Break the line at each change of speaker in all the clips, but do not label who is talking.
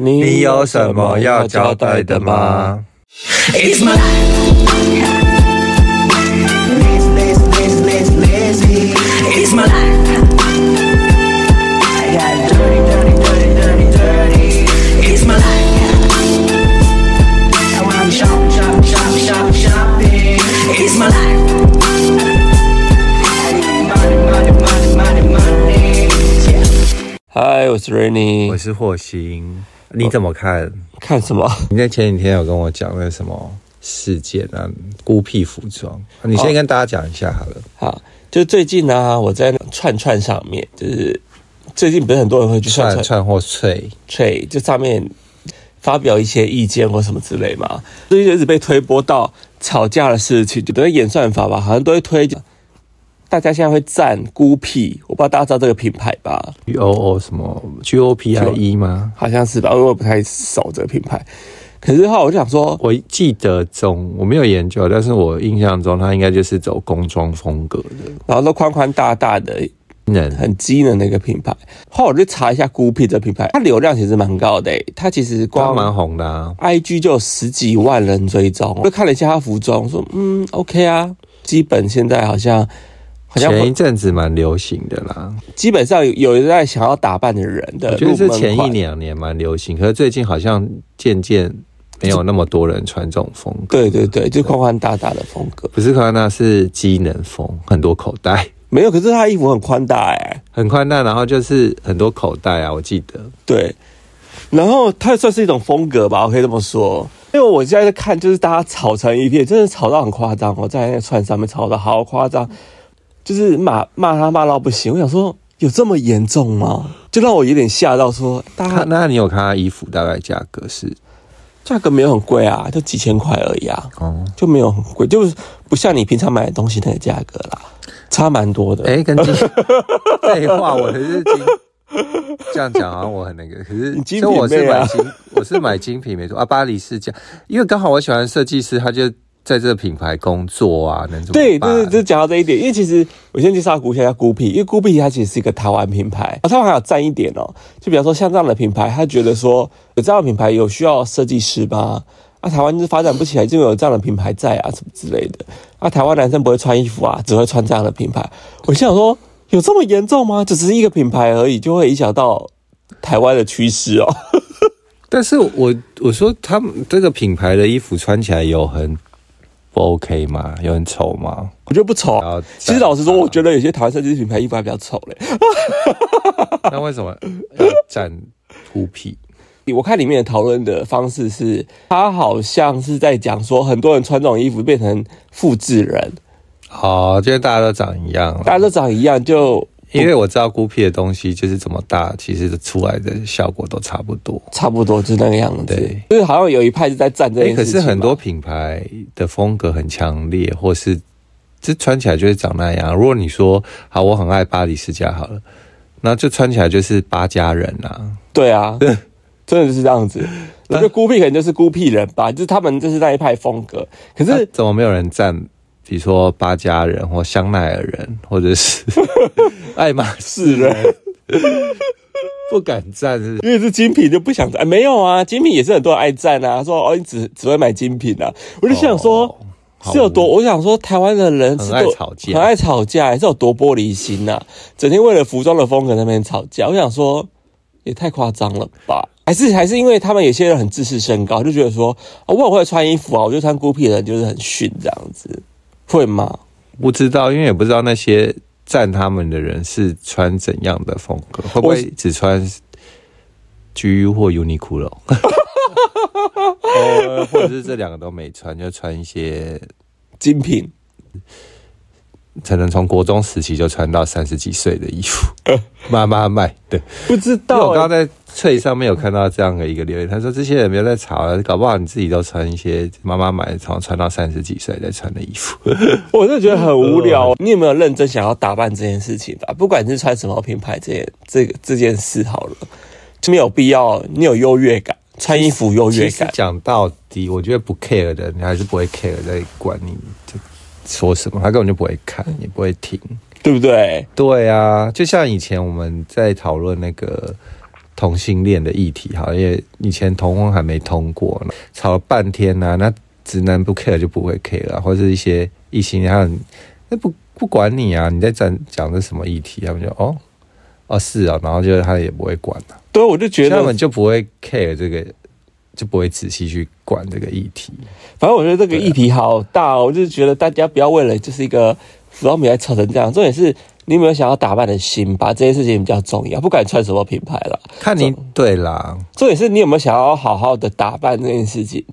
你有什么要交代的吗？
It's my lazy, lazy, lazy, lazy, lazy. It's my life. I got dirty, dirty, dirty, dirty, dirty. It's my life. Now I'm shopping, shopping, shopping, shopping, shopping. It's my life. I need money, money, money, money, money. Yeah.
嗨，我是
我
Rainy。
是霍星，你怎么看？
看什么？
你在前几天有跟我讲那个什么事件啊，孤僻服装，你先跟大家讲一下好了。
好，就最近呢、我在那串串上面，就是最近不是很多人会去串
串
串
串或脆，
对，就上面发表一些意见或什么之类嘛，最近就一直被推播到吵架的事情，就等于演算法吧，好像都会推。大家现在会赞孤僻，我不知道大家知道这个品牌吧？
G O O 什么 G O P I E 吗？
好像是吧，因为我不太熟这个品牌。可是后来我就想说，
我记得中我没有研究，但是我印象中它应该就是走工装风格的
然后都宽宽大大的，
人，
很机能的一个品牌。后来我就查一下孤僻这品牌，它流量其实蛮高的、欸，它其实
光
光
蛮红的啊。
IG 就有十几万人追踪。我就看了一下它服装，我说嗯，OK 啊，基本现在好像好像
前一阵子蛮流行的啦，
基本上有有一代想要打扮的人的
我觉
呃入
得
门
是
款，
前一两年蛮流行，可是最近好像渐渐没有那么多人穿这种风格。
对对对，就宽宽大大的风格。
不是宽大，是机能风，很多口袋，
没有，可是他衣服很宽大哎、
很宽大，然后就是很多口袋啊，我记得。
对，然后它也算是一种风格吧，我可以这么说。因为我现在在看，就是大家吵成一片，真的吵到很夸张。我在那个串上面吵到好夸张，就是骂骂他骂到不行。我想说，有这么严重吗？就让我有点吓到说，大
他
家
那你有看他衣服大概价格是？
价格没有很贵啊，就几千块而已啊，
哦，
就没有很贵，就是不像你平常买的东西那个价格啦，差蛮多的。
哎、 跟今废话，我还是精这样讲好像我很那个，可是
你精
就我
品
是
妹啊
买精，我是买精品没错啊，巴黎世家，因为刚好我喜欢设计师，他就在这个品牌工作啊，能怎么
对，
办？
就是就是讲到这一点，因为其实我先介绍孤僻，叫孤僻，因为孤僻它其实是一个台湾品牌，啊，台湾还有占一点哦。就比方说像这样的品牌，他觉得说有这样的品牌有需要设计师吗？啊，台湾就是发展不起来，就有这样的品牌在啊，什么之类的。啊，台湾男生不会穿衣服啊，只会穿这样的品牌。我心想说，有这么严重吗？只是一个品牌而已，就会影响到台湾的趋势哦。
但是我我说他们这个品牌的衣服穿起来有很不 OK 吗？有很丑吗？
我觉得不丑啊
然后，
其实老实说，
再
我觉得有些台湾设计师品牌衣服还比较丑嘞。
那为什么要占秃皮？
我看里面的讨论的方式是，他好像是在讲说，很多人穿这种衣服变成复制人，
好，就是大家都长一样
大家
了。
都长一样，就
因为我知道孤僻的东西就是怎么大，其实出来的效果都差不多。
差不多就是那个样子
对。
就是好像有一派是在站这
哎、
件
可
事情
是
嘛、
很多品牌的风格很强烈，或是这穿起来就是长那样。如果你说好，我很爱巴黎世家好了，那就穿起来就是八家人啊。
对 啊，真的就是这样子。我觉得孤僻可能就是孤僻人吧，就是他们就是那一派风格。可
那
是
啊怎么没有人站？比如说巴家人或香奈儿人，或者 是爱马
是
仕
人，
不敢站是不是
因为是精品就不想站，哎没有啊，精品也是很多人爱站啊，说哦你只只会买精品啊，我就想说。
哦好
是有多？我想说，台湾的人是
很爱
多
吵架
很爱吵架，是有多玻璃心呐、整天为了服装的风格在那边吵架。我想说，也太夸张了吧？还是还是因为他们有些人很自视甚高，就觉得说，啊、我很会穿衣服啊，我就穿孤僻的人就是很逊这样子，会吗？
不知道，因为也不知道那些站他们的人是穿怎样的风格，会不会只穿 GU 或 Uniqlo，呃或者是这两个都没穿，就穿一些
精品
可能从国中时期就穿到三十几岁的衣 服，妈妈卖的。
不知
因为
道、
我刚刚在翠上面有看到这样的一个留言，他说这些人没有在吵啊，搞不好你自己都穿一些妈妈买的，然后穿到三十几岁再穿的衣服。
我真的觉得很无聊。
呃
你有没有认真想要打扮这件事情吧？不管是穿什么品牌，这件这个这件事好了，就没有必要。你有优越感，穿衣服优越
其实
感。
讲到底，我觉得不 care 的，你还是不会 care 在管你就说什么，他根本就不会看，也不会听。
对不对？
对啊，就像以前我们在讨论那个同性恋的议题，好，因为以前同婚还没通过，吵了半天呐、那直男不 care 就不会 care 啊，或者一些异性恋，他们那不不管你啊，你在讲讲这什么议题，他们就哦哦是啊，然后就他也不会管了、
对，啊我就觉
所以
得
他们就不会 care 这个，就不会仔细去管这个议题。
反正我觉得这
啊
个议题好大、哦，我就是觉得大家不要为了就是一个服装品牌吵成这样。重点是你有没有想要打扮的心吧，这件事情比较重要。不管穿什么品牌啦，
看你对 啦，
重点是你有没有想要好好的打扮这件事情，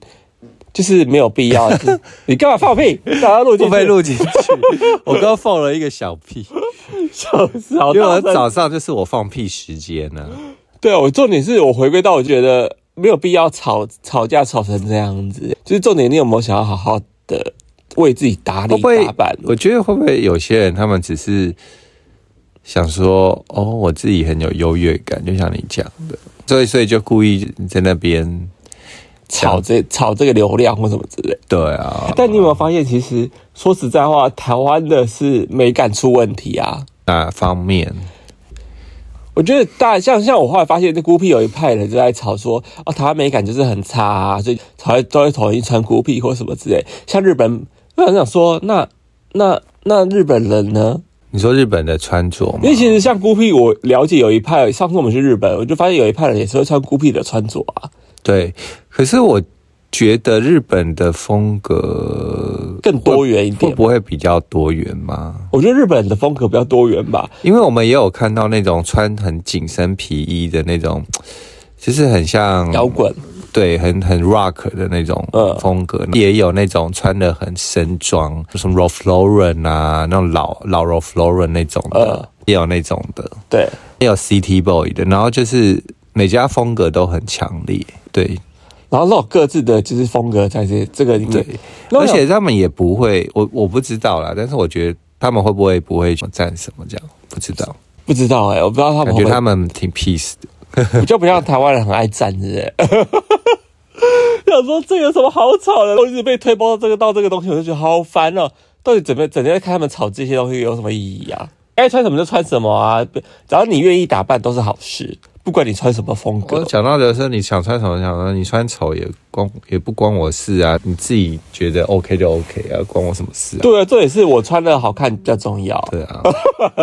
就是没有必要。 就是你干嘛放屁？大家录进
不
去
被录进去。我刚放了一个小屁，
笑死，好
因为
大
我
声
早上就是我放屁时间呢、
对啊，我重点是我回归到我觉得没有必要吵吵架吵成这样子，就是重点你有没有想要好好的为自己打
会
理
不会
打扮？
我觉得会不会有些人他们只是想说，哦，我自己很有优越感，就像你讲的，所以所以就故意在那边
炒这炒这个流量或什么之类。
对啊，
但你有没有发现，其实说实在话，台湾的是美感出问题啊？
哪方面？
我觉得大像像我后来发现，这孤僻有一派人就在吵说，啊，台湾美感就是很差、啊，所以才会都会统一穿孤僻或什么之类。像日本，我想想说，那那那日本人呢？
你说日本的穿着吗
因？为其实像孤僻，我了解有一派，上次我们去日本，我就发现有一派人也是会穿孤僻的穿着啊，
对，可是我觉得日本的风格
更多元一
会
点。
不会比较多元吗？
我觉得日本的风格比较多元吧，
因为我们也有看到那种穿很紧身皮衣的那种，就是很像
摇滚。
对，很很 rock 的那种
嗯
风格，也有那种穿的很深装，什么 Ralph Lauren 啊，那种老老 Ralph Lauren 那种的，
嗯
也有那种的，
对，
也有 City Boy 的，然后就是每家风格都很强烈，对
然后都有各自的就是风格在这这个里面
对。，
嗯那我
而
想
且他们也不会，我我不知道啦，但是我觉得他们会不会不会站什么这样，不知道，
不知道哎、我不知道他们
感
会
觉
不会
他们挺 peace 的。
我就不像台湾人很爱站，是不是？ 想说这有什么好吵的？我一直被推波到这个到这个东西，我就觉得好烦哦、到底怎么整天看他们吵这些东西有什么意义啊？该穿什么就穿什么啊！不只要你愿意打扮都是好事，不管你穿什么风
我
格。
讲到的是，你想穿什么想穿，你穿丑也关也不关我事啊，你自己觉得 OK 就 OK 啊，关我什么事啊？
对啊，这也是我穿的好看比较重要。
对啊，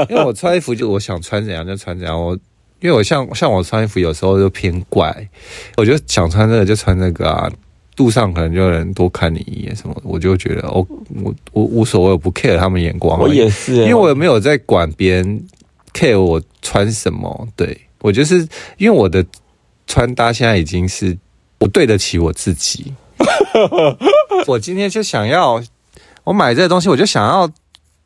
因为我穿衣服就我想穿怎样就穿怎样，我因为我像像我穿衣服有时候就偏怪，我就想穿这个就穿这个啊，路上可能就有人多看你一眼什么，我就觉得哦，我我无所谓，我不 care 他们眼光，
我也是、欸
因为我也没有在管别人 care 我穿什么，对我就是因为我的穿搭现在已经是我对得起我自己，我今天就想要我买这个东西，我就想要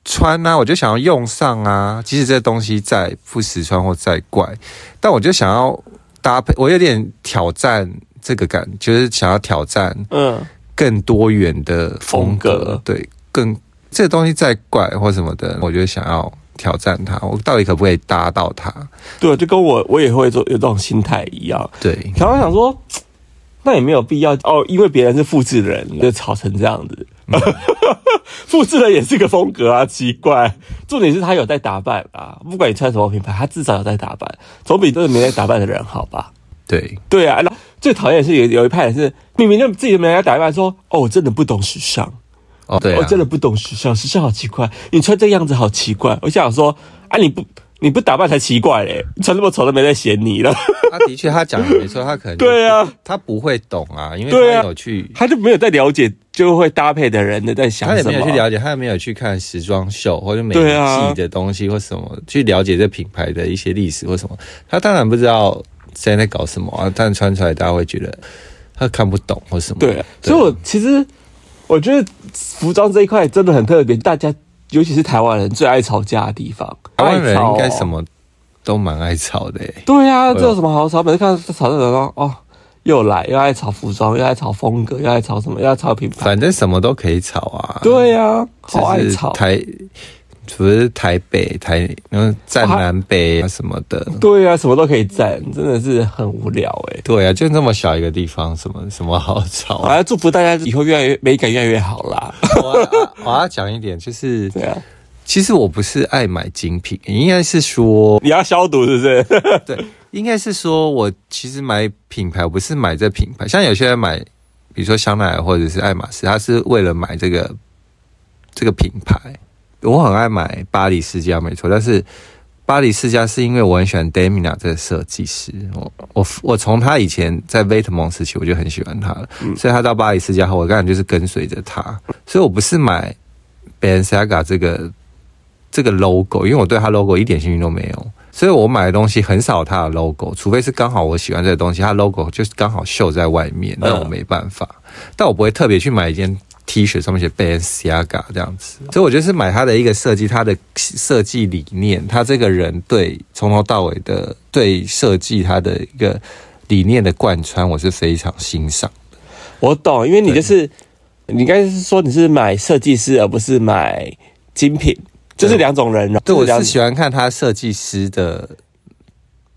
穿啊，我就想要用上啊，即使这东西再不实穿或再怪，但我就想要搭配，我有点挑战这个感，就是想要挑战
嗯，
更多元的风格，
风格
对，更这东西再怪或什么的，我就想要挑战它，我到底可不可以搭到它？
对，啊就跟我我也会做有这种心态一样。
对，
然后我想说，那也没有必要哦，因为别人是复制人，就吵成这样子。
嗯
复制人也是个风格啊，奇怪。重点是他有在打扮啊，不管你穿什么品牌，他至少有在打扮，总比真的没在打扮的人好吧？
对，
对啊，然后最讨厌的是有有一派人是明明就自己都没在打扮，说哦，我真的不懂时尚，
哦，对、啊，
我真的不懂时尚，时尚好奇怪，你穿这样子好奇怪。我想说啊，你不你不打扮才奇怪嘞，你穿那么丑都没在嫌你了。
他的确，他讲的没错，他 可能就
对啊，
他不会懂啊，因为
对啊
他有去，
他就没有在了解就会搭配的人的在想
他也
什么，
没有去了解，他也没有去看时装秀或者每
对啊
一季的东西或什么，去了解这品牌的一些历史或什么，他当然不知道现在在搞什么啊，但穿出来大家会觉得他看不懂或什么，
对，所以我其实我觉得服装这一块真的很特别，大家尤其是台湾人最爱吵架的地方。
台湾人应该什
么？
么都蛮爱吵的、欸。
对啊，这有什么好吵？每次看到吵这种哦，又来又爱吵服装，又爱吵风格，又爱吵什么，又爱吵品牌。
反正什么啊都可以吵啊。，
对啊，好爱吵。
台，不是台北台，嗯，站南北啊什么的。
对啊，什么都可以占，真的是很无聊哎、
对啊，就那么小一个地方，什么什么好吵
好
啊？
啊，祝福大家以后越来越美感越来越好啦。
我要我要讲一点，就是
对啊，
其实我不是爱买精品，应该是说
你要消毒是不是？
对，应该是说我其实买品牌，我不是买这品牌，像有些人买，比如说香奈儿或者是爱马仕，他是为了买这个这个品牌。我很爱买巴黎世家，没错，但是巴黎世家是因为我很喜欢 Demina 这个设计师，我我我从他以前在 v e t m o n 时期我就很喜欢他了，所以他到巴黎世家后，我当然就是跟随着他，所以我不是买 Balenciaga 这个这个 logo，因为我对它 logo 一点兴趣都没有，所以我买的东西很少有它的 logo，除非是刚好我喜欢这个东西，它 logo 就是刚好秀在外面，那我没办法。但我不会特别去买一件 T 恤上面写 Balenciaga 这样子，所以我就是买它的一个设计，它的设计理念，他这个人对从头到尾的对设计他的一个理念的贯穿，我是非常欣赏。
我懂，因为你就是你应该是说你是买设计师，而不是买精品，这是两种人哦。
对，我
这
是
两
喜欢看他设计师的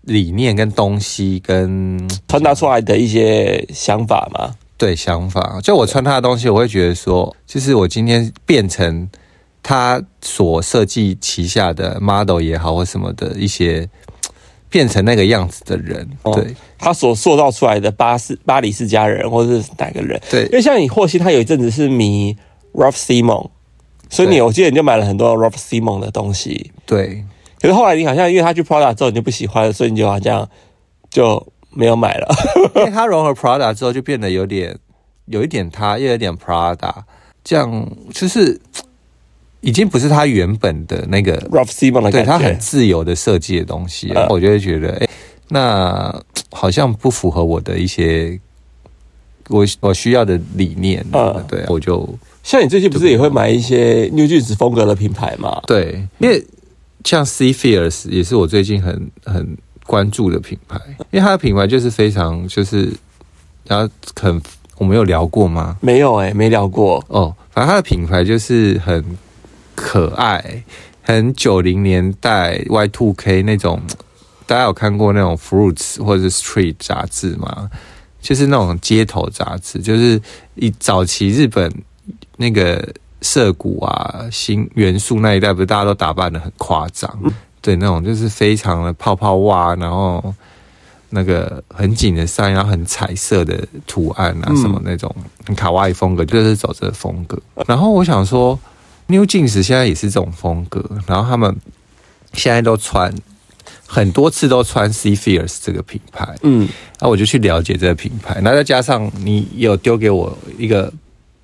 理念跟东西跟
传达出来的一些想法嘛。
对想法。就我穿他的东西，我会觉得说，就是我今天变成他所设计旗下的 model 也好，或什么的一些嘖变成那个样子的人。
哦
对，
他所塑造出来的巴士巴黎世家人，或者是哪个人？
对
因为像你霍希，他有一阵子是迷 Ralph Simon，所以你
对
我记得你就买了很多 Ralph Simon 的东西。
对，
可是后来你好像因为他去 Prada 之后，你就不喜欢了，所以你就好像就没有买了。
因为它融合 Prada 之后，就变得有点有一点它，又有点 Prada，这样就是嘖已经不是它原本的那个
Ralph Simon 的
对
感
它很
觉，
自由的设计的东西，
嗯
我就会觉得，哎、那好像不符合我的一些我我需要的理念，
嗯
对，啊我就
像你最近不是也会买一些 New Jeans 风格的品牌嘛？
对，因为像 C Fears 也是我最近很很关注的品牌，因为它的品牌就是非常就是，然后很我们有聊过吗？
没有哎、没聊过。
哦，反正它的品牌就是很可爱，很九零年代 Y Two K 那种。大家有看过那种 Fruits 或者是 Street 杂志吗？就是那种街头杂志，就是以早期日本那个涩谷啊、新元素那一代，不是大家都打扮的很夸张，对，那种就是非常的泡泡袜，然后那个很紧的衫，然后很彩色的图案啊，什么那种很卡哇伊风格，就是走这个风格。然后我想说，New Jeans 现在也是这种风格，然后他们现在都穿。很多次都穿 C Fears 这个品牌，嗯，然后我就去了解这个品牌，那再加上你有丢给我一个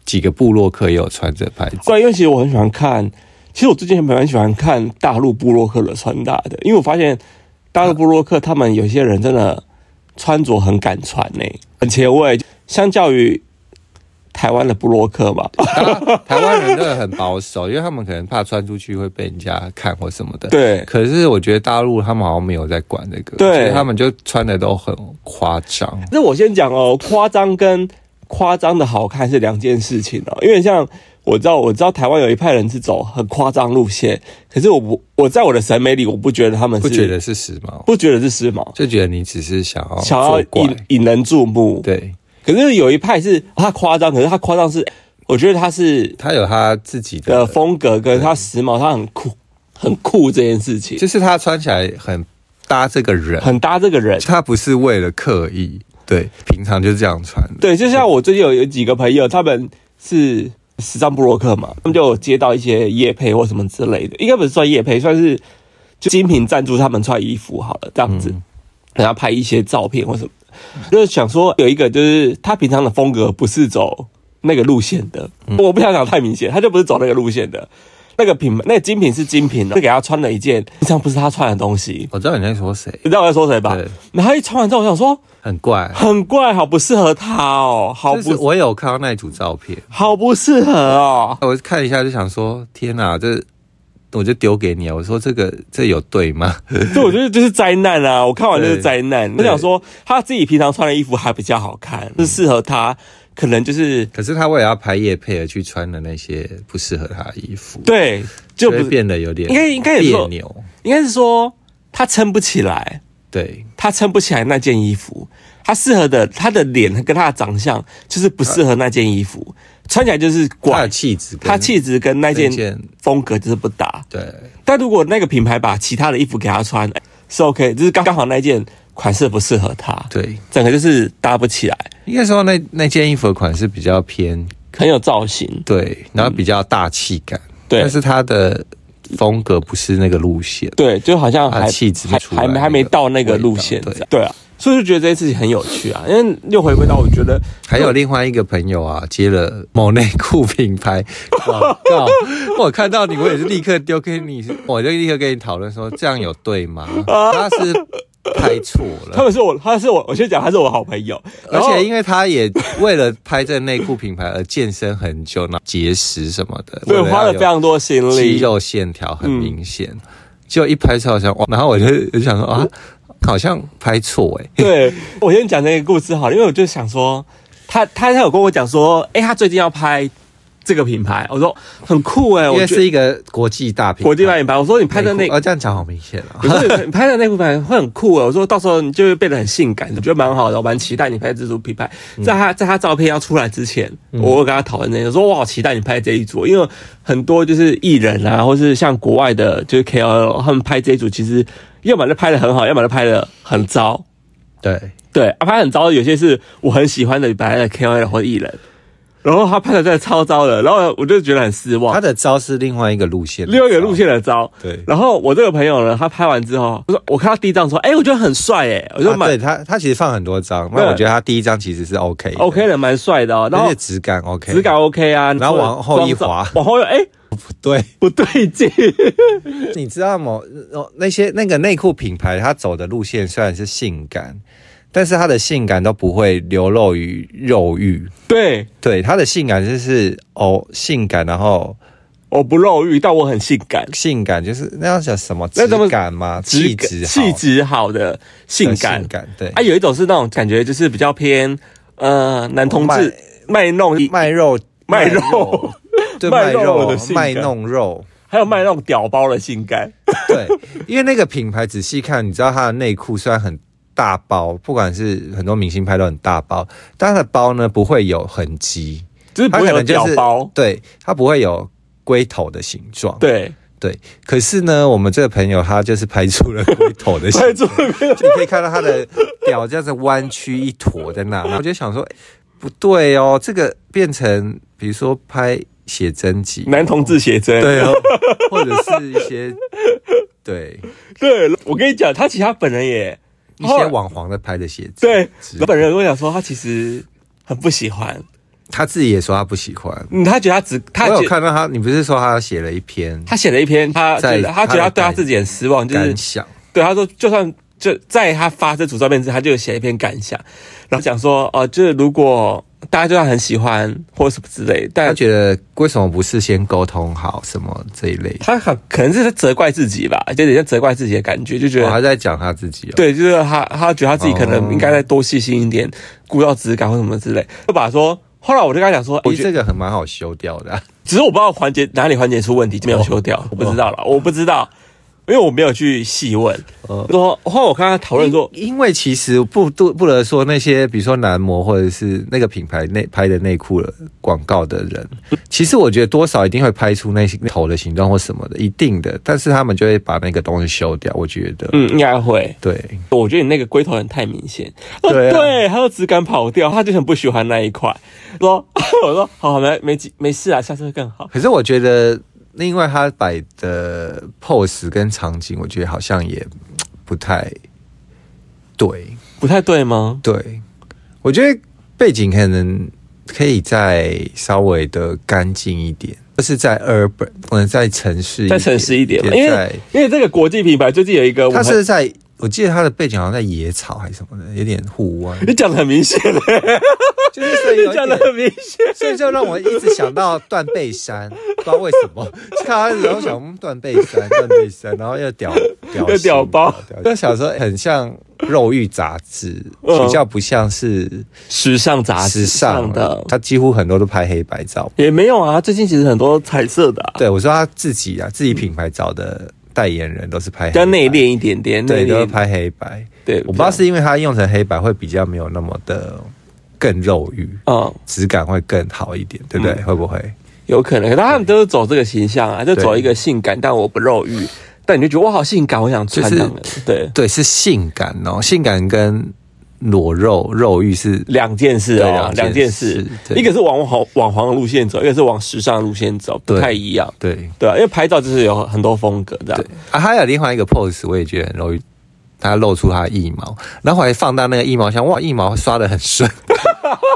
几个部落客也有穿这个牌子，
对，因为其实我很喜欢看，其实我最近还蛮喜欢看大陆部落客的穿搭的，因为我发现大陆部落客他们有些人真的穿着很敢穿欸呢、很前卫，相较于台湾的部落客嘛，
台湾人真的很保守，因为他们可能怕穿出去会被人家看或什么的。
对
可是我觉得大陆他们好像没有在管这个，
对
所以他们就穿的都很夸张。
那我先讲哦，夸张跟夸张的好看是两件事情哦，因为像我知道，我知道台湾有一派人是走很夸张路线，可是我不，我在我的审美里，我不觉得他们是
不觉得是时髦，
不觉得是时髦，
就觉得你只是想要
想要
作怪。
引引人注目，。
对
可是有一派是他夸张，可是他夸张是，我觉得他是
他有他自己
的
的，
风格跟他时髦，他很酷，很酷这件事情，
就是他穿起来很搭这个人，
很搭这个人。
他不是为了刻意，对，平常就是这样穿的。
对，就像我最近有有几个朋友，他们是时尚布洛克嘛，他们就有接到一些夜配或什么之类的，应该不是算夜配，算是就精品赞助他们穿衣服好了，这样子，
嗯
然后拍一些照片或什么的，就是想说有一个就是他平常的风格不是走那个路线的，
嗯
我不想讲太明显，他就不是走那个路线的。那个品牌，那个精品是精品了，就给他穿了一件平常不是他穿的东西，
我知道你在说谁，
你知道我在说谁吧
对？
然后他一穿完之后，我想说
很怪。
很怪，好不适合他哦，好
就是
不
我有看到那一组照片，
好不适合哦。
我看一下就想说，天哪，这我就丢给你啊！我说这个这有对吗？
对，我觉得就是灾难啊！我看完就是灾难。我
对
想说，他自己平常穿的衣服还比较好看，是适合他，可能就是
可是他为了要拍夜配而去穿的那些不适合他的衣服，，
对，就
就
不
会变得有点
应该应该也
别
说
扭，
应该是说他撑不起来，
对，
他撑不起来那件衣服。他适合的，他的脸跟他的长相就是不适合那件衣服。穿起来就是
它的
怪，
气质跟，
它气质跟那件
那件
风格就是不搭。
对
但如果那个品牌把其他的衣服给他穿，哎是 OK，就是刚刚好那件款式不适合他，，
对，
整个就是搭不起来，
应该说那那件衣服的款式比较偏
很有造型，
对，然后比较大气感，
对
但是它的风格不是那个路线，
对，就好像
它
还
啊气质
还
出来
还没
那个
还没到那个
味道
路线，
对
这样对啊，所以就觉得这件事情很有趣啊，因为又回归到我觉得
还有另外一个朋友啊，接了某内裤品牌广告，我看到你，我也是立刻丢给你，我就立刻跟你讨论说，这样有对吗？他是拍错
他
了，
们是我，他是我，我先讲他是我好朋友，
而
然后
且因为他也为了拍这内裤品牌而健身很久，然后节食什么的，
对
为
花
要
了
有
非常多心
肌
力，
肉 线条很明显，就一拍出来好像哇，然后我就我就想说啊，好像拍错哎、
对我先讲那个故事好了，因为我就想说，他他他有跟我讲说，哎、他最近要拍这个品牌，我说很酷哎、
因
我
为
觉得
是一个国际大品牌，
国际版品牌，我说你拍的
内
那
裤哦，这样讲好明显啊
我。说你拍的那部分会很酷哦，我说到时候你就会变得很性感，我觉得蛮好的，我蛮期待你拍这组品牌。在他在他照片要出来之前，我有跟他讨论这件事，我说我好期待你拍这一组，因为很多就是艺人啊，或是像国外的，就是 KOL 他们拍这一组，其实要么就拍的很好，要么就拍的很糟。
对，
对，啊、拍得很糟，有些是我很喜欢的本来的 KOL 或艺人，然后他拍的真的超糟的，然后我就觉得很失望
他。的招是另外一个路线，哦
另外一个哦路线的招，
对
然后我这个朋友呢，他拍完之后，我说我看到第一张说，哎、我觉得很帅哎、我
啊。
就蛮、
对他，他其实放很多张，
对
那我觉得他第一张其实是 OK 的
OK 的，蛮帅的哦。然
而
后
且质感 OK，
质感 OK 啊，
然后往后一
妆
滑
造往后又哎、
对。
不对劲，
你知道吗？哦那些那个内裤品牌，它走的路线虽然是性感，但是它的性感都不会流露于肉欲，
对
对，它的性感就是哦，性感，然后
我不肉欲，但我很性感，
性感就是那要叫什么
那
质
怎么
感吗？气
感
质好，
气质好的性感，
性感对
啊，有一种是那种感觉就是比较偏呃男同志卖弄，
卖肉
卖肉
对
卖
卖
肉
肉
的性感
卖弄肉。
还有卖那种屌包的性感，
对，因为那个品牌仔细看，你知道它的内裤虽然很大包，不管是很多明星拍都很大包，但它的包呢不会有痕迹，
就是不
它
会
可
有
能就
屌
是
包，
对，它不会有龟头的形状。
对，
对，可是呢，我们这个朋友他就是拍出了龟头的形
在
状，
座的 朋友
就你可以看到他的屌这样子弯曲一坨在那，我就想说诶不对哦，这个变成比如说拍写真集，
男同志写真，
对哦，或者是一些对。
对，我跟你讲，他其实他本人也
一些网红的拍的鞋子，
对
是，
他本人跟我讲说，他其实很不喜欢，
他自己也说他不喜欢。
嗯，他觉得他只他
我有
觉
看到他，你不是说他写了一篇
他写了一篇，他觉
在
得他觉得他对他自己很失望，就
感
是
想？
对他说，就算就在他发这组照片之前，他就有写一篇感想，然后讲说，哦、就是如果大家就算很喜欢或什么之类，
他
但
觉得为什么不事先沟通好什么这一类的？
他很可能是在责怪自己吧，就有点像责怪自己的感觉，就觉
我还
得。
在哦讲他自己哦。
对，就是他，他觉得他自己可能应该再多细心一点，顾到质感或什么之类。就把说，后来我就跟他讲说，
我
我
觉
觉
得这个很蛮好修掉的啊、
只是我不知道环节哪里环节出问题，没有修掉，我不知道了，我不知道，因为我没有去细问。
哦
说后来我跟他讨论说，
因因为其实不不不能说那些，比如说男模或者是那个品牌内拍的内裤的广告的人，其实我觉得多少一定会拍出那些头的形状或什么的，一定的。但是他们就会把那个东西修掉，我觉得。
嗯，应该会。
对，
我觉得你那个龟头很太明显，哦
对啊
对，他说只敢跑掉，他就很不喜欢那一块。说， 我说好，没没没事啊，下次会更好。
可是我觉得，另外他摆的 pose 跟场景，我觉得好像也不太对。
不太对吗？
对，我觉得背景可能可以再稍微的干净一点，就是在 urban，可能在城市一
再
点，
诚实一点嘛，因为
也在
因为这个国际品牌最近有一个我
他
很，
是在，我记得他的背景好像在野草还是什么的，有点 户外，
你讲的很明显，
就是所以有
你讲的
点
很明显。
所以就让我一直想到断 背山，不知道为什么，看到然后想嗯断背山，断背山，然后又屌 屌
又屌包
屌就想说很像肉欲杂志，
嗯
比较不像是
时尚杂志
时尚啊
的
的，，他几乎很多都拍黑白照。
也没有啊。最近其实很多彩色的、啊，
对我说他自己啊，自己品牌找的代言人都是拍黑
比较内
白，
敛一点点，内
对，
敛
都
一
是
点
拍黑白。
对，
我不知道是因为他用成黑白会比较没有那么的更肉欲，
嗯，
质感会更好一点，对不对？会不会？
有可能，可他们都是走这个形象啊，就走一个性感，但我不肉欲，但你就觉得我好性感，我想穿
就是
那个，对，
对，是性感哦，性感跟裸肉肉欲是
两件事
对
哦，
两件
两件事
事，对
一个是往好网黄的路线走，一个是往时尚的路线走，不
对
太一样，
对
对啊，因为拍照就是有很多风格这样
对，啊，还有另外一个 pose，我也觉得很容易。他露出他的腋毛，然后还放大那个腋毛，想哇，腋毛刷的很顺，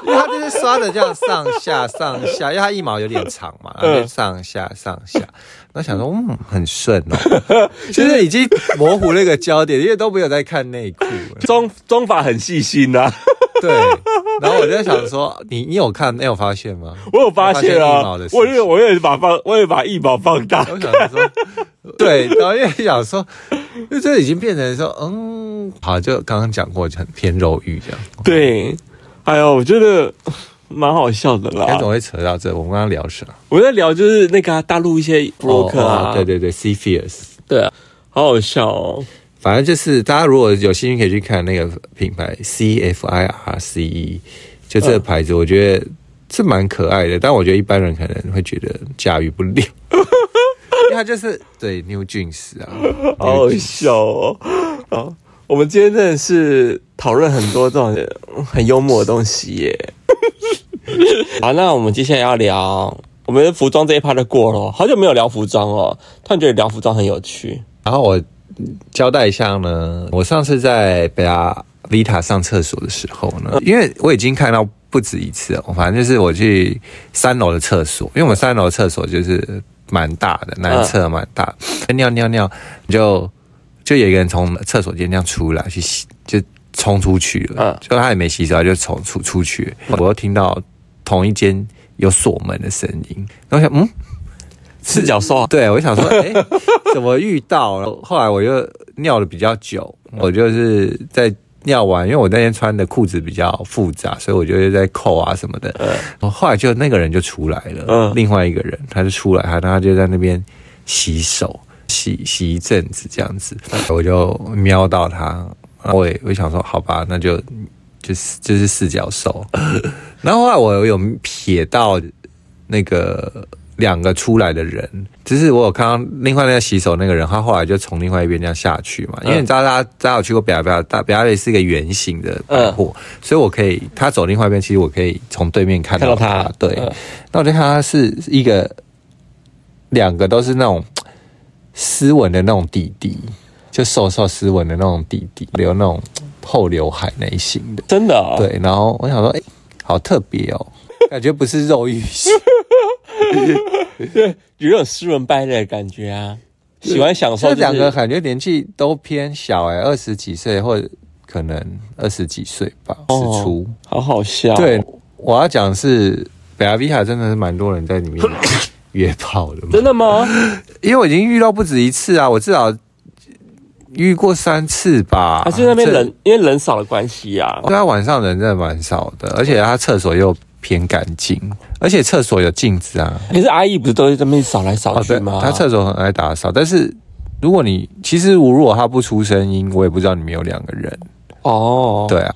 因为他就是刷的这样上下上下，因为他腋毛有点长嘛，然后就上下上下，然后想说嗯，很顺哦，就是已经模糊那个焦点，因为都没有在看内裤，
妆妆法很细心呐、啊，
对，然后我就在想说，你你有看，你有发现吗？
我有发现
我发现腋
啊
毛的，事
我也我也把放，我也把一毛放大，
我想说，对，然后因为想说，因为这已经变成说，嗯，好，就刚刚讲过，就很偏肉欲这样。
啊对，哎呦，我觉得蛮好笑的
那
啦
怎。么会扯到这？我们刚刚聊啥？
我在聊就是那个啊、大陆一些 broker 啊，
哦对对对，C Fierce，
对啊，好好笑哦。
反正就是大家如果有兴趣可以去看那个品牌 C F I R C E，就这个牌子，我觉得是蛮可爱的，但我觉得一般人可能会觉得驾驭不了。 因为它就是对 New Jeans 啊，
好好笑哦！ 好，我们今天真的是讨论很多这种很幽默的东西 耶。好，那我们接下来要聊我们的服装这一趴就过了哦，好久没有聊服装哦，突然觉得聊服装很有趣。
然后我交代一下呢，我上次在北亚 Vita 上厕所的时候呢，因为我已经看到不止一次了，我反正就是我去三楼的厕所，因为我们三楼的厕所就是蛮大的，男厕蛮大，哎尿尿尿你就就有一个人从厕所间这样出来去洗，就冲出去了，
嗯
就他也没洗手，他就冲出出去，我又听到同一间有锁门的声音，然后我想嗯。
赤脚兽啊，
对，我想说，哎、怎么遇到？然后后来我就尿的比较久，我就是在尿完，因为我那天穿的裤子比较复杂，所以我就是在扣啊什么的。我后来就那个人就出来了，
嗯
另外一个人他就出来，他他就在那边洗手，洗洗一阵子这样子，我就瞄到他，然后我也我就想说，好吧，那就就是就是四脚兽。然后后来我有瞥到那个两个出来的人，就是我有看到另外那个洗手那个人，他后来就从另外一边这样下去
嗯
嘛。因为你知道大家大家有去过北亚北亚大北亚北是一个圆形的百货，
嗯
所以我可以他走另外一边，其实我可以从对面看到
看到
他
他。
对，
嗯
那我就看他是一个两个都是那种嗯斯文的那种弟弟，就瘦瘦斯文的那种弟弟，留那种后刘海那一型的。
真的哦。，
对，然后我想说，哎、好特别哦，感觉不是肉欲型。
有一种斯文败类的感觉啊，喜欢享受、
这
就是。
两个感觉年纪都偏小哎、二十几岁或者可能二十几岁吧，
哦
十出。
好好笑。
对，，我要讲是北阿维卡真的是蛮多人在 里面约炮的嘛，
真的吗？
因为我已经遇到不止一次啊，我至少遇过三次吧。
还是啊那边
这
人，因为人少的关系啊。
对啊，晚上人真的蛮少的，而且他厕所又偏干净，而且厕所有镜子啊。
可是阿姨不是都在那边扫来扫
哦，
去
对
吗？，
他厕所很爱打扫，但是如果你其实我如果他不出声音，我也不知道你们有两个人。
哦，
对啊，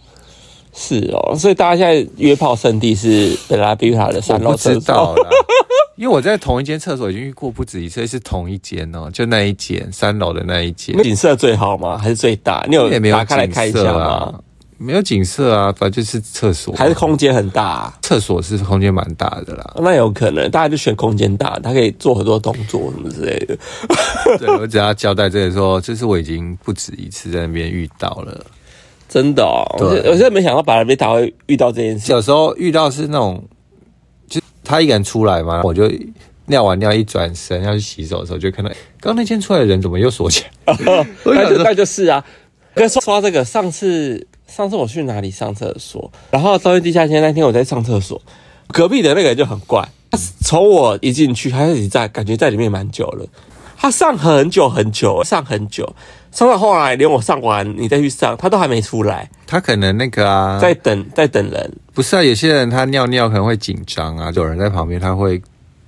是哦，所以大家现在约炮圣地是本拉比塔的
我
三楼
不
厕
知
所。
道啦， 因为我在同一间厕所已经遇过不止一次，是同一间哦，就那一间三楼的那一间，
景色最好吗？还是最大？你有
也没有
打开来看一
景
下
色
吗？
啊，没有景色啊，反正就是厕所，
还是空间很大啊、。
厕所是空间蛮大的啦
那有可能，大家就选空间大，它可以做很多动作什么之类的。
对，我只要交代这个说，就是我已经不止一次在那边遇到了。
真的哦，我
对
现我现在没想到本拉比塔会遇到这件事。
有时候遇到是那种，就他一个人出来嘛，我就尿完尿一转身要去洗手的时候，就看到诶刚那天出来的人怎么又锁起来？我
那
想
就
说
那就是啊。跟说说到这个，上次上次我去哪里上厕所，然后遭遇地下街那天我在上厕所，隔壁的那个人就很怪，他从我一进去，他就已经在感觉在里面蛮久了，他上很久很久，上很久，上到后来连我上完你再去上，他都还没出来，
他可能那个啊，
在等在等人，
不是啊，有些人他尿尿可能会紧张啊，有人在旁边他会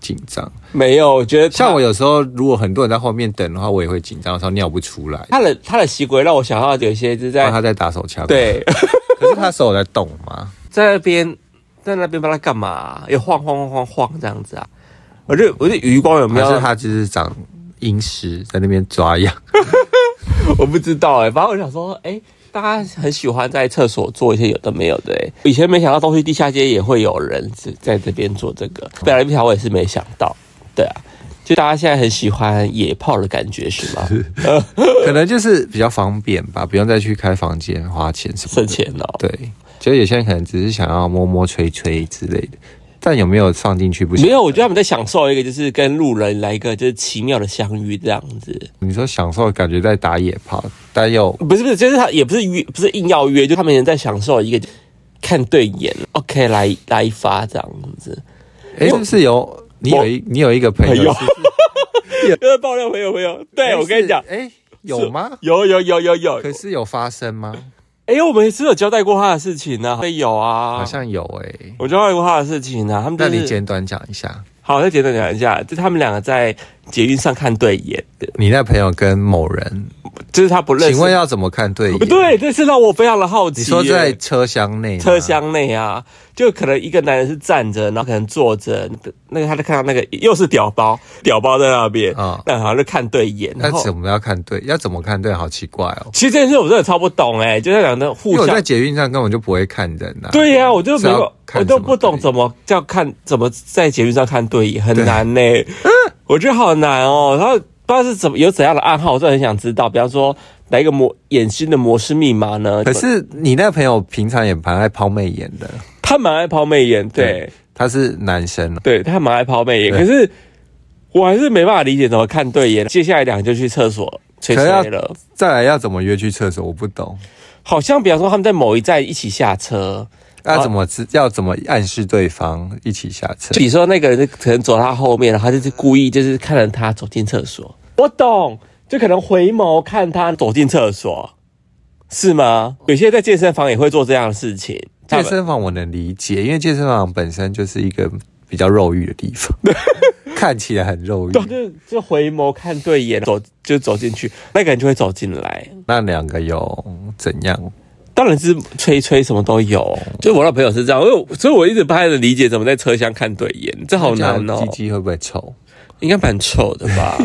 紧张。
没有，我觉得他
像我有时候如果很多人在后面等的话，我也会紧张，有时候尿不出来，
他的他的习惯让我想到有一些就是在
然啊后他在打手枪。，
对。
可是他手有在动嘛，
在那边在那边帮他干嘛、也晃晃晃晃晃这样子啊。我就我就余光 有没
还
有
是他就是长阴湿，在那边抓痒。
我不知道哎、反正我想说，哎、大家很喜欢在厕所做一些有的没有的、欸。以前没想到东区地下街也会有人在在这边做这个，本来不想我也是没想到，对啊，就大家现在很喜欢野炮的感觉是 吗？
可能就是比较方便吧，不用再去开房间花钱什么
省
的。
钱哦、
对，其实有些人可能只是想要摸摸吹吹之类的，但有没有放进去不行。
没有，我觉得他们在享受一个就是跟路人来一个就是奇妙的相遇这样子，
你说享受感觉在打野炮，但又
不是不是，就是他也不是约，不是硬要约，就他们人在享受一个看对眼，OK 来来一发这样子。
哎，是不是有你有一你有一个朋
朋
友
友
是，
就是爆料朋友朋友，对我跟你讲，
哎，有吗？
有有有有有，
可是有发生吗？
哎、我们是有交代过他的事情呢、啊，有啊，
好像有哎、
我交代过他的事情呢、啊。他们、就
那
是、
你简短讲一下，
好，再简短讲一下，就他们两个在捷运上看对眼，
你那朋友跟某人，
就是他不认识。
请问要怎么看对眼？
不，对？这是让我非常的好奇耶。
你说在车厢内吗，
车厢内啊，就可能一个男人是站着，然后可能坐着，那个他就看到那个又是屌包，屌包在那边
啊
那好像就看对眼，
那
然后。
怎么要看对？要怎么看对？好奇怪哦，
其实这件事我真的超不懂哎、就在两个人
因
互
为我
相
在捷运上根本就不会看人呐、啊。
对呀、我就没
是
有
要，看
我都
什么
不懂
对
怎么叫看，怎么在节目上看对眼，很难呢、
嗯
我觉得好难哦。然后不知道是怎么有怎样的暗号，我真的很想知道。比方说，哪一个模眼睛的模式密码呢？
可是你那朋友平常也蛮爱抛媚眼的，
他蛮爱抛媚眼，对，
他是男生哦，
对他蛮爱抛媚眼，
对
可是我还是没办法理解怎么看对眼。接下来两个就去厕所吹吹
可要
了，
再来要怎么约去厕所？我不懂，
好像比方说他们在某一站一起下车，
要怎么知？要怎么暗示对方一起下车
就？你说那个人就可能走他后面，然后他就是故意就是看着他走进厕所。我懂，就可能回眸看他走进厕所，是吗？有些在健身房也会做这样的事情。他
健
们
身房我能理解，因为健身房本身就是一个比较肉欲的地 方，看起来很肉欲。
就就回眸看对眼，走就走进去，那个人就会走进来。
那两个有怎样？
当然是吹吹什么都有。就我那朋友是这样，因为我所以我一直不太能理解怎么在车厢看对眼，这好难
这
哦
样，鸡鸡会不会臭？
应该蛮臭的吧？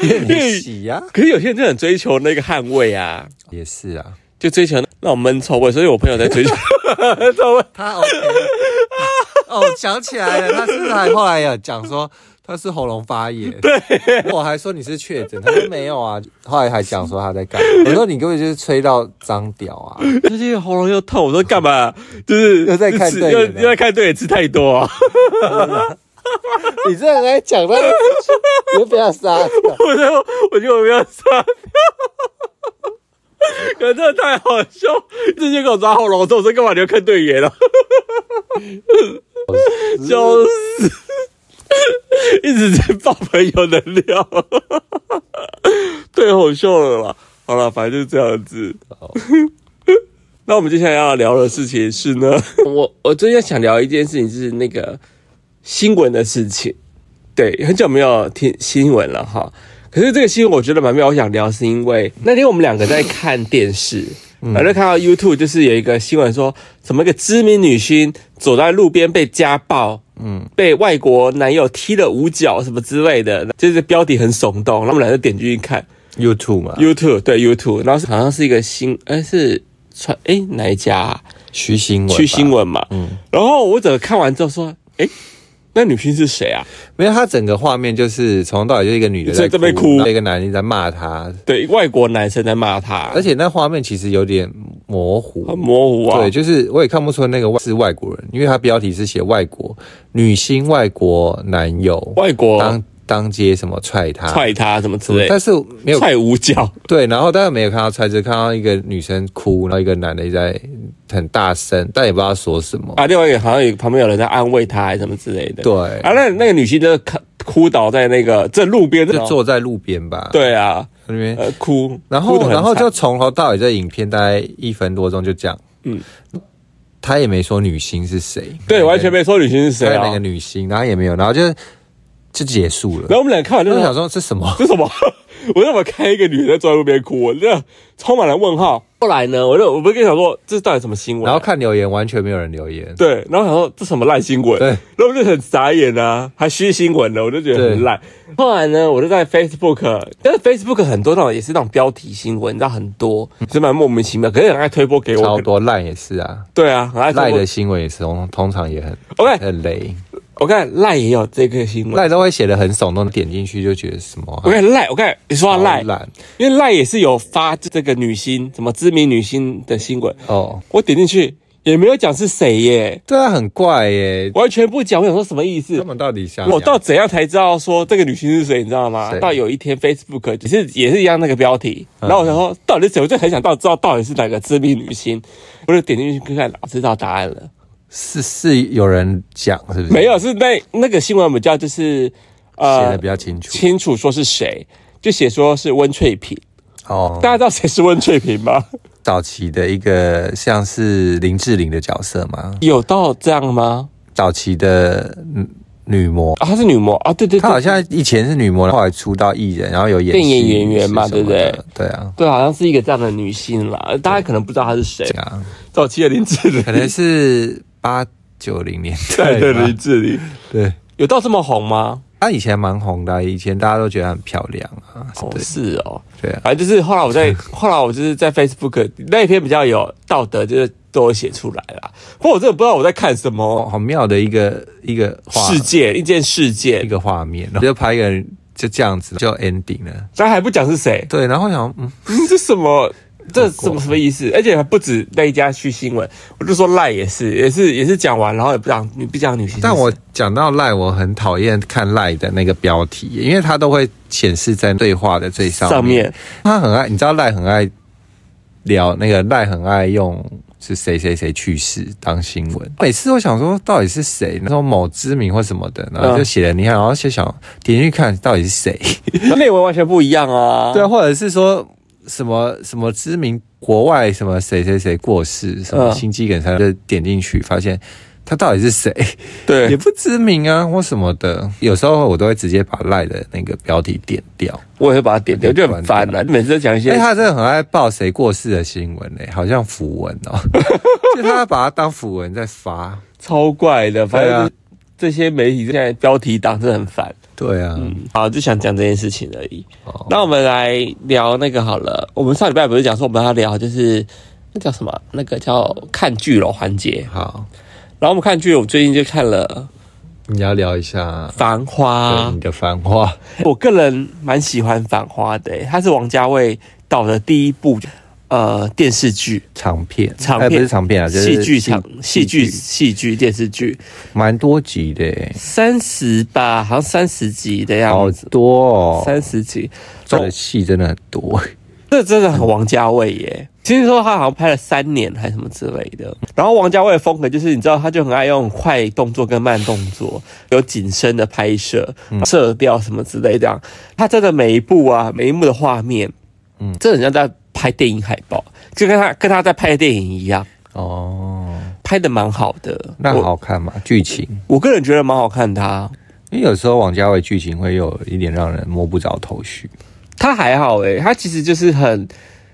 因为你洗呀、
可是有些人就很追求那个汗味啊。
也是啊，
就追求那种闷臭味，所以我朋友在追求 臭味。
他 OK。哦，我想起来了，他是不是还后来有讲说他是喉咙发炎？对，我还说你是确诊，他说没有啊，后来还讲说他在干嘛， 我说你根本就是吹到脏屌啊，
最近喉咙又痛，我说干嘛？就是
又在看对眼
又
了
又在看对眼，吃啊太多、
你这人在讲到， 你就不要杀掉。
我就我觉得我没有杀掉。可是真的太好笑，直接给我抓喉咙痛，我说干嘛你要看对眼了？啊笑死！一直在爆朋友的料，太好笑了啦！好了，反正就是这样子。 那我们接下来要聊的事情是呢，我我最近想聊一件事情，就是那个新闻的事情。对，很久没有听新闻了哈。可是这个新闻我觉得蛮妙，我想聊是因为那天我们两个在看电视，然后就看到 YouTube 就是有一个新闻说，什么一个知名女星走在路边被家暴，嗯，被外国男友踢了五脚什么之类的，就是标题很耸动，然后我们两个就点进去看
YouTube 嘛，
YouTube，对 YouTube，然后是好像是一个新，哎、是传哎、哪一家、啊？
徐新闻，
去新，闻嘛，嗯，然后我整个看完之后说，哎、那女星是谁啊？
没有，他整个画面就是从头到尾就一个女的
在
在
这边哭
然后一个男人在骂她，
对，外国男生在骂她，
而且那画面其实有点模糊，
很模糊啊。
对，就是我也看不出那个外是外国人，因为他标题是写外国女星、外国男友、
外国
当当街什么踹他，
踹他什么之类，
但是没有
踹五脚，
对，然后但是没有看到踹，只看到一个女生哭，然后一个男的在很大声，但也不知道说什么。
啊，另外一个好像有旁边有人在安慰他，还是什么之类的。
对
啊，那那个女性就看哭倒在那个这路边，
就坐在路边吧，，
啊对啊，
那边
呃，哭，
然
哭得
后
很
然后
惨
就从头到尾，这影片大概一分多钟就讲，
嗯
嗯，他也没说女星是谁，
对，完全没说女性是谁
还有那
啊
个？女星，然后也没有，然后就是就结束了。
然后啊我们俩看完就
然后
想
想说这什么？
这什么？ 我怎么看一个女人在坐在路边哭？我真的充满了问号。后来呢，我就我不是跟你讲说这到底什么新闻？
然后看留言，完全没有人留言。
对，然后想说这什么烂新闻？
对
然后我就很傻眼啊，还虚新闻呢，我就觉得很烂。后来呢，我就在 Facebook，但是 Facebook 很多那种也是那种标题新闻，你知道很多，是蛮莫名其妙，可是很爱推播给
嗯超
我。
多烂也是啊，
对啊，很爱推
赖
播
的。新闻也是通通常也很
OK，
很雷，
我看赖也有这个新闻。
赖都会写的很耸动，点进去就觉得什么啊
我看赖，我看你说到赖
好，烂
因为赖也是有发这个女星什么知名女星的新闻，
哦，
我点进去也没有讲是谁耶，
对啊，很怪耶，
完全不讲，我想说什么意思
他？们到底想
我到怎样才知道说这个女星是谁，你知道吗？
啊谁嗯
到有一天 Facebook 也是也是一样那个标题，然后我想说到底是谁，我就很想到知道到底是哪个知名女星，我就点进去看看，哪知道答案
嗯
了？
是是有人讲是不是？
没有，是那那个新闻比较就是呃
写的比较清楚
清楚说是谁，就写说是温翠萍。
哦
大。家知道谁是温翠萍 吗？
早期的一个像是林志玲的角色嘛，
有到这样吗？
早期的嗯女模，
啊，她是女模啊，对对对，
她好像以前是女模，后来出道艺人，然后有演
电影
戏
演员嘛
是什么
对
的
不对？
对啊，
对，好像是一个这样的女性啦，大家可能不知道她是谁，
对啊，
早期的林志玲，
可能是八九零年代
对对
吧
林志玲，
对。
有到这么红吗？
她以前蛮红的啊，以前大家都觉得她很漂亮啊，
哦，
对
是哦，
对啊，
反正就是后来我在 后来我就是在 Facebook 那一篇比较有道德，就是都有写出来啦。不过我真的不知道我在看什
哦
么
好妙的一个一个画
事件，一件事
一
件，
个画面，然后就拍一个人就这样子就 ending 了，
咱还不讲是 谁，
对，然后我想嗯，
嗯，这什么？这什么什么意思？而且还不止那一家去新闻，我就说赖也是，也是也是讲完，然后也不讲女不讲女性。
但我讲到赖，我很讨厌看赖的那个标题，因为它都会显示在对话的最上面。
上面
他很爱，你知道赖很爱聊那个赖很爱用是谁谁谁去世当新闻。每次我想说到底是谁，那种某知名或什么的，然后就写了你看，然后就想点进去看到底是谁，
那 内文完全不一样啊。
对啊，或者是说什么什么知名国外什么谁谁谁过世，什么
嗯
心肌梗塞，就点进去发现他到底是谁。
对
也不知名啊或什么的。有时候我都会直接把赖的那个标题点掉。
我也会把它点掉，就很烦了、每次都讲一些
哎、，他真的很爱报谁过世的新闻嘞、好像符文 哦、就他把它当符文在发。
超怪的，反
对
正
啊
就是这些媒体现在标题党真的很烦。嗯
对啊，
好，就想讲这件事情而已。
哦
那我们来聊那个好了，我们上礼拜不是讲说我们要聊就是那叫什么？那个叫看剧楼环节。
好，
然后我们看剧，我最近就看了
你要聊一下
《繁花
对你》，的繁花。
我个人蛮喜欢《繁花》的、欸它是王家卫导的第一部呃电视剧。
长片，
长
哎
片
不是长片啊，就是
戏剧场、戏剧、戏剧电视剧，
蛮多集的、欸，
三十吧，好像三十集的
好
样子，
多哦，
三十集。
做的戏真的很多、
这真的很王家卫耶！听说他好像拍了三年还是什么之类的。然后王家卫的风格就是，你知道，他就很爱用快动作跟慢动作，有景深的拍摄、
嗯
色调什么之类的。他真的每一步啊，每一幕的画面，嗯
嗯，
这很像在拍电影海报，就跟他跟他在拍电影一样，
哦。
拍的蛮好的。
那
我，
好看吗？剧情？
我个人觉得蛮好看的、啊。
因为有时候王家卫剧情会有一点让人摸不着头绪。
他还好诶、他其实就是很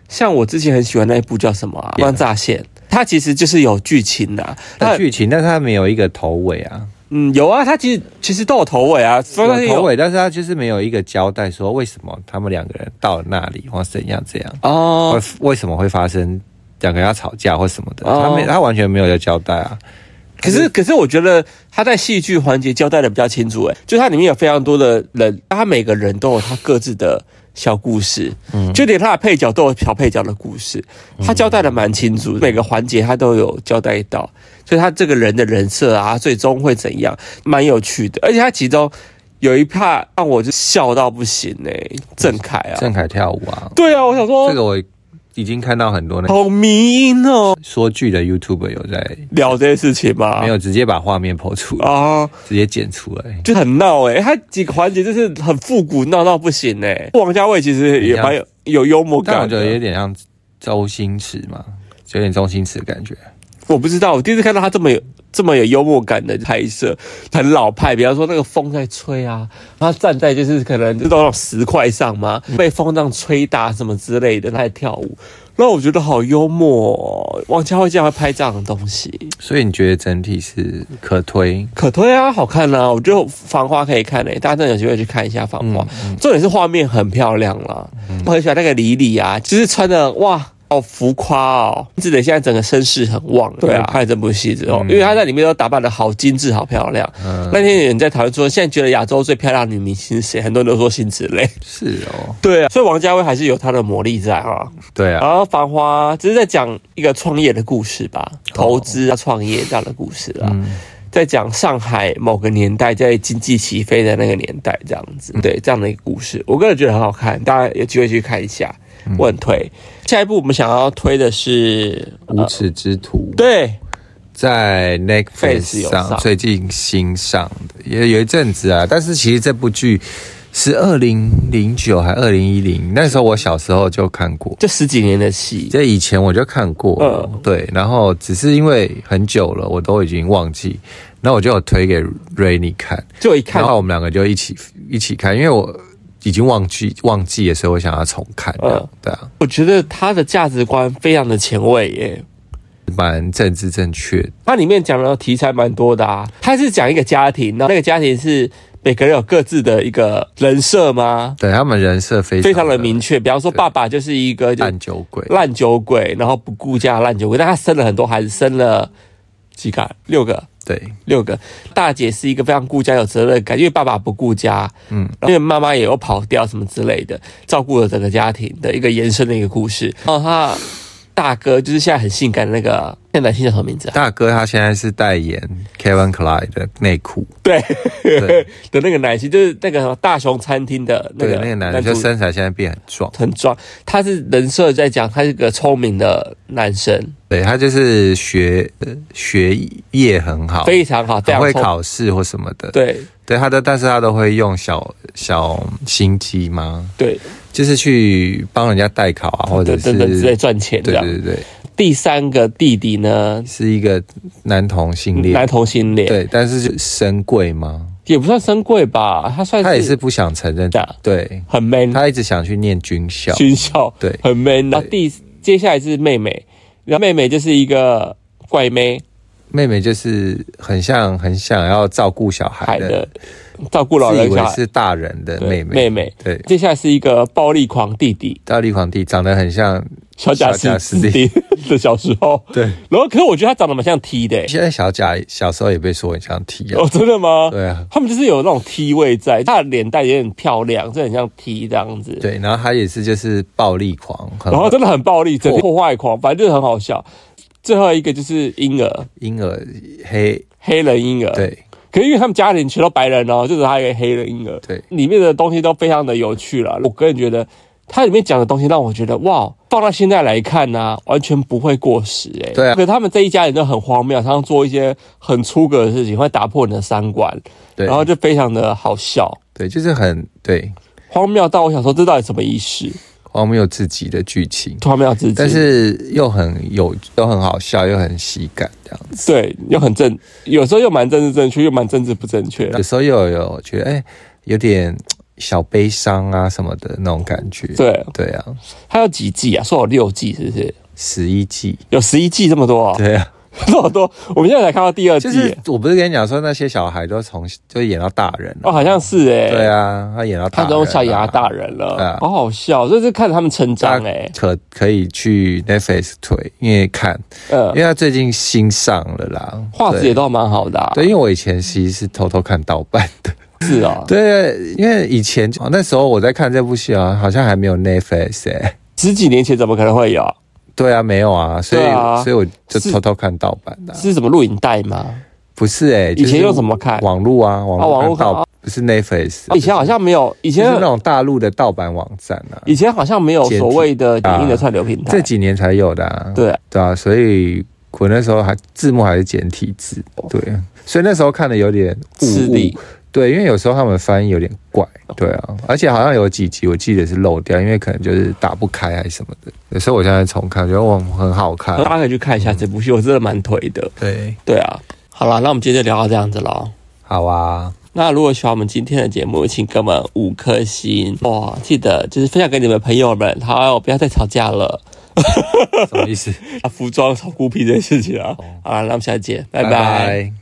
像我之前很喜欢那一部叫什么啊《
Yeah
乱乍线》，他其实就是有剧情的、啊，
但
它
剧情，但是它没有一个头尾啊，
嗯有啊，他其实其实都有头尾啊，所以它是
有头尾，但是它就是没有一个交代，说为什么他们两个人到了那里或怎样怎样，或
哦，
为什么会发生两个人要吵架或什么的，
哦
他没他完全没有在交代啊。
可是可是我觉得他在戏剧环节交代的比较清楚诶、就它里面有非常多的人，他每个人都有他各自的。小故事，
嗯
就连他的配角都有小配角的故事，他交代的蛮清楚，每个环节他都有交代到，所以他这个人的人设啊，最终会怎样，蛮有趣的。而且他其中有一 part 让我就笑到不行哎、郑恺啊，
郑恺跳舞啊，
对啊，我想说
这个我已经看到很多那个
好迷因哦，
说剧的 YouTube 有在
聊这些事情嘛，
没有直接把画面剖出来，
啊，
直接剪出来。
就很闹哎、欸，他几个环节就是很复古，闹到不行哎、王家卫其实也蛮有有幽默
但我
感
觉得有
的，
点像周星驰嘛，有点周星驰的感觉。
我不知道，我第一次看到他这么有这么有幽默感的拍摄，很老派。比方说那个风在吹啊，然后站在就是可能这种石块上嘛，被风这样吹打什么之类的，他在跳舞。那我觉得好幽默、哦，王家卫竟然会拍这样的东西，
所以你觉得整体是可推？
可推啊，好看啊！我觉得《繁花》可以看诶、大家真的有机会去看一下《繁花》重点是画面很漂亮啦，我很喜欢那个李李啊，就是穿的哇。好浮夸哦！志磊现在整个声势很旺，对啊，看了这部戏之后，因为她在里面都打扮的好精致、好漂亮。那天有人在讨论说，现在觉得亚洲最漂亮的女明星是谁？很多人都说辛芷蕾。
是哦，
对啊，所以王家卫还是有他的魔力在哈、
对
然
啊，
后《繁花》只是在讲一个创业的故事吧，投资啊、创业这样的故事啦，在讲上海某个年代在经济起飞的那个年代这样子，对这样的一个故事，我个人觉得很好看，大家有机会去看一下，我很推。下一部我们想要推的是《
无耻之徒》
对
在
Face
Netflix
有
上
上
最近新上的，也有一阵子啊。但是其实这部剧是二零零九还二零一零，那时候我小时候就看过，
这十几年的戏，
这以前我就看过了，
嗯
对。然后只是因为很久了，我都已经忘记。那我就有推给 Rainy 看，
就一看
然，后我们两个就一起一起看，因为我已经忘记忘记的时候，我想要重看这样，
嗯
对啊，
我觉得他的价值观非常的前卫耶。
蛮政治正确的
它里面讲的题材蛮多的啊，它是讲一个家庭，那那个家庭是每个人有各自的一个人设吗？
对他们人设非常
非常的明确，比方说
对
爸爸就是一个就
烂酒鬼，
烂酒鬼，然后不顾家的烂酒鬼，但他生了很多孩子，生了几个啊，六个，
对
六个。大姐是一个非常顾家、有责任感，因为爸爸不顾家，嗯，因为妈妈也有跑掉什么之类的，照顾了整个家庭的一个延伸的一个故事。然后他大哥就是现在很性感的那个，那男性叫什么名字啊？
大哥他现在是代言 Kevin Klein 的内裤，
对，
对
的那个男性就是那个大熊餐厅的那
对
个，
那个男的就身材现在变很壮，
很壮，他是人设在讲他是个聪明的男生，
对他就是学呃学业很好，
非常好，非
很
常
会
聪
考试或什么的，
对
对他的，但是他都会用小小心机吗？
对
就是去帮人家代考啊，或者是
等等之类赚钱这
对
样。
对对，
第三个弟弟呢，
是一个男同性恋，
男同性恋，
对，但是就身贵吗？
也不算深贵吧，他算
他也是不想承认
对啊，
对
很 man，
他一直想去念军校，
军校
对
很 man。然后第接下来是妹妹，然后妹妹就是一个怪妹，
妹妹就是很像很想要照顾小孩
海
的
的，照顾老
自以
人
为
小孩
是大人的
对
妹妹，
妹妹，
对。
接下来是一个暴力狂弟弟，
大力皇帝长得很像，
小贾
小贾
斯
斯汀
汀 的小时候。
对
然后可是我觉得他长得蛮像 T 的、欸。
现在小贾小时候也被说很像 T 啊
哦，，真的吗？
对啊
他们就是有那种 T 位在，他的脸蛋也很漂亮，就很像 T 这样子。，
对，然后他也是就是暴力狂，很
然后真的很暴力，整个破坏狂，反正就是很好笑。最后一个就是婴儿，
婴儿黑，
黑人婴儿。，
对，
可是因为他们家庭全都白人哦，就只有他一个黑人婴儿。
对
里面的东西都非常的有趣了。我个人觉得，它里面讲的东西让我觉得哇，放到现在来看呢、完全不会过时哎、欸
对啊
可他们这一家人都很荒谬，常常做一些很出格的事情，会打破你的三观，
对，
然后就非常的好笑，
对，就是很对
荒谬到我想说这到底什么意思？
荒谬自己的剧情，
荒谬至极，
但是又很有，又很好笑，又很喜感这样子。
对又很正，有时候又蛮政治正确，又蛮政治不正确
有。时候又有觉得哎、有点小悲伤啊什么的那种感觉。
对，
对啊，
它有几季啊？说有六季是不是？
十一季。这
有十一季这么多啊、
对啊，
这么多，我们现在才看到第二季
就
耶、
是我不是跟你讲说那些小孩都从就演到大人了、
哦，好像是哎、
对啊，他演到大
他
人、啊，
都小牙大人
对
了
啊，
好好笑，就是看着他们成长哎、
可可以去 Netflix 推，因为看，因
呃，
为他最近新上了啦，
画质也都蛮好的、啊，
对，对，因为我以前其实是偷偷看盗版的，
是啊，
对，因为以前哦那时候我在看这部戏啊，好像还没有 Netflix 哎、
十几年前怎么可能会有？
对啊，没有啊，所以、
对啊
所以我就是偷偷看盗版的啊、
是什么录影带吗？
不是哎、
以前
就是
用什么看
网络啊，网
网
络
络
看
看
盗、
哦
不是 Netflix，、
以前好像没有，以
就是
前
那种大陆的盗版网站啊，
以前好像没有所谓的影音的串流平
这
台，
几年才有的、啊，
对
对啊，所以我那时候还字幕还是简体字，对，所以那时候看的有点雾
哦吃力哦
雾，对，因为有时候他们翻译有点怪，对啊，而且好像有几集我记得是漏掉，因为可能就是打不开还是什么的，有时候我现在重看，觉得哇很好看，
大家可以去看一下这部戏，我真的蛮推的，
对。
对啊。好啦，那我们今天就聊到这样子喽。
好啊，
那如果喜欢我们今天的节目，请给我们五颗星哦！记得就是分享给你们朋友们，好，不要再吵架了。
什么意思？
哦啊，服装炒孤僻这件事情啊，好啦，那我们下次见，拜拜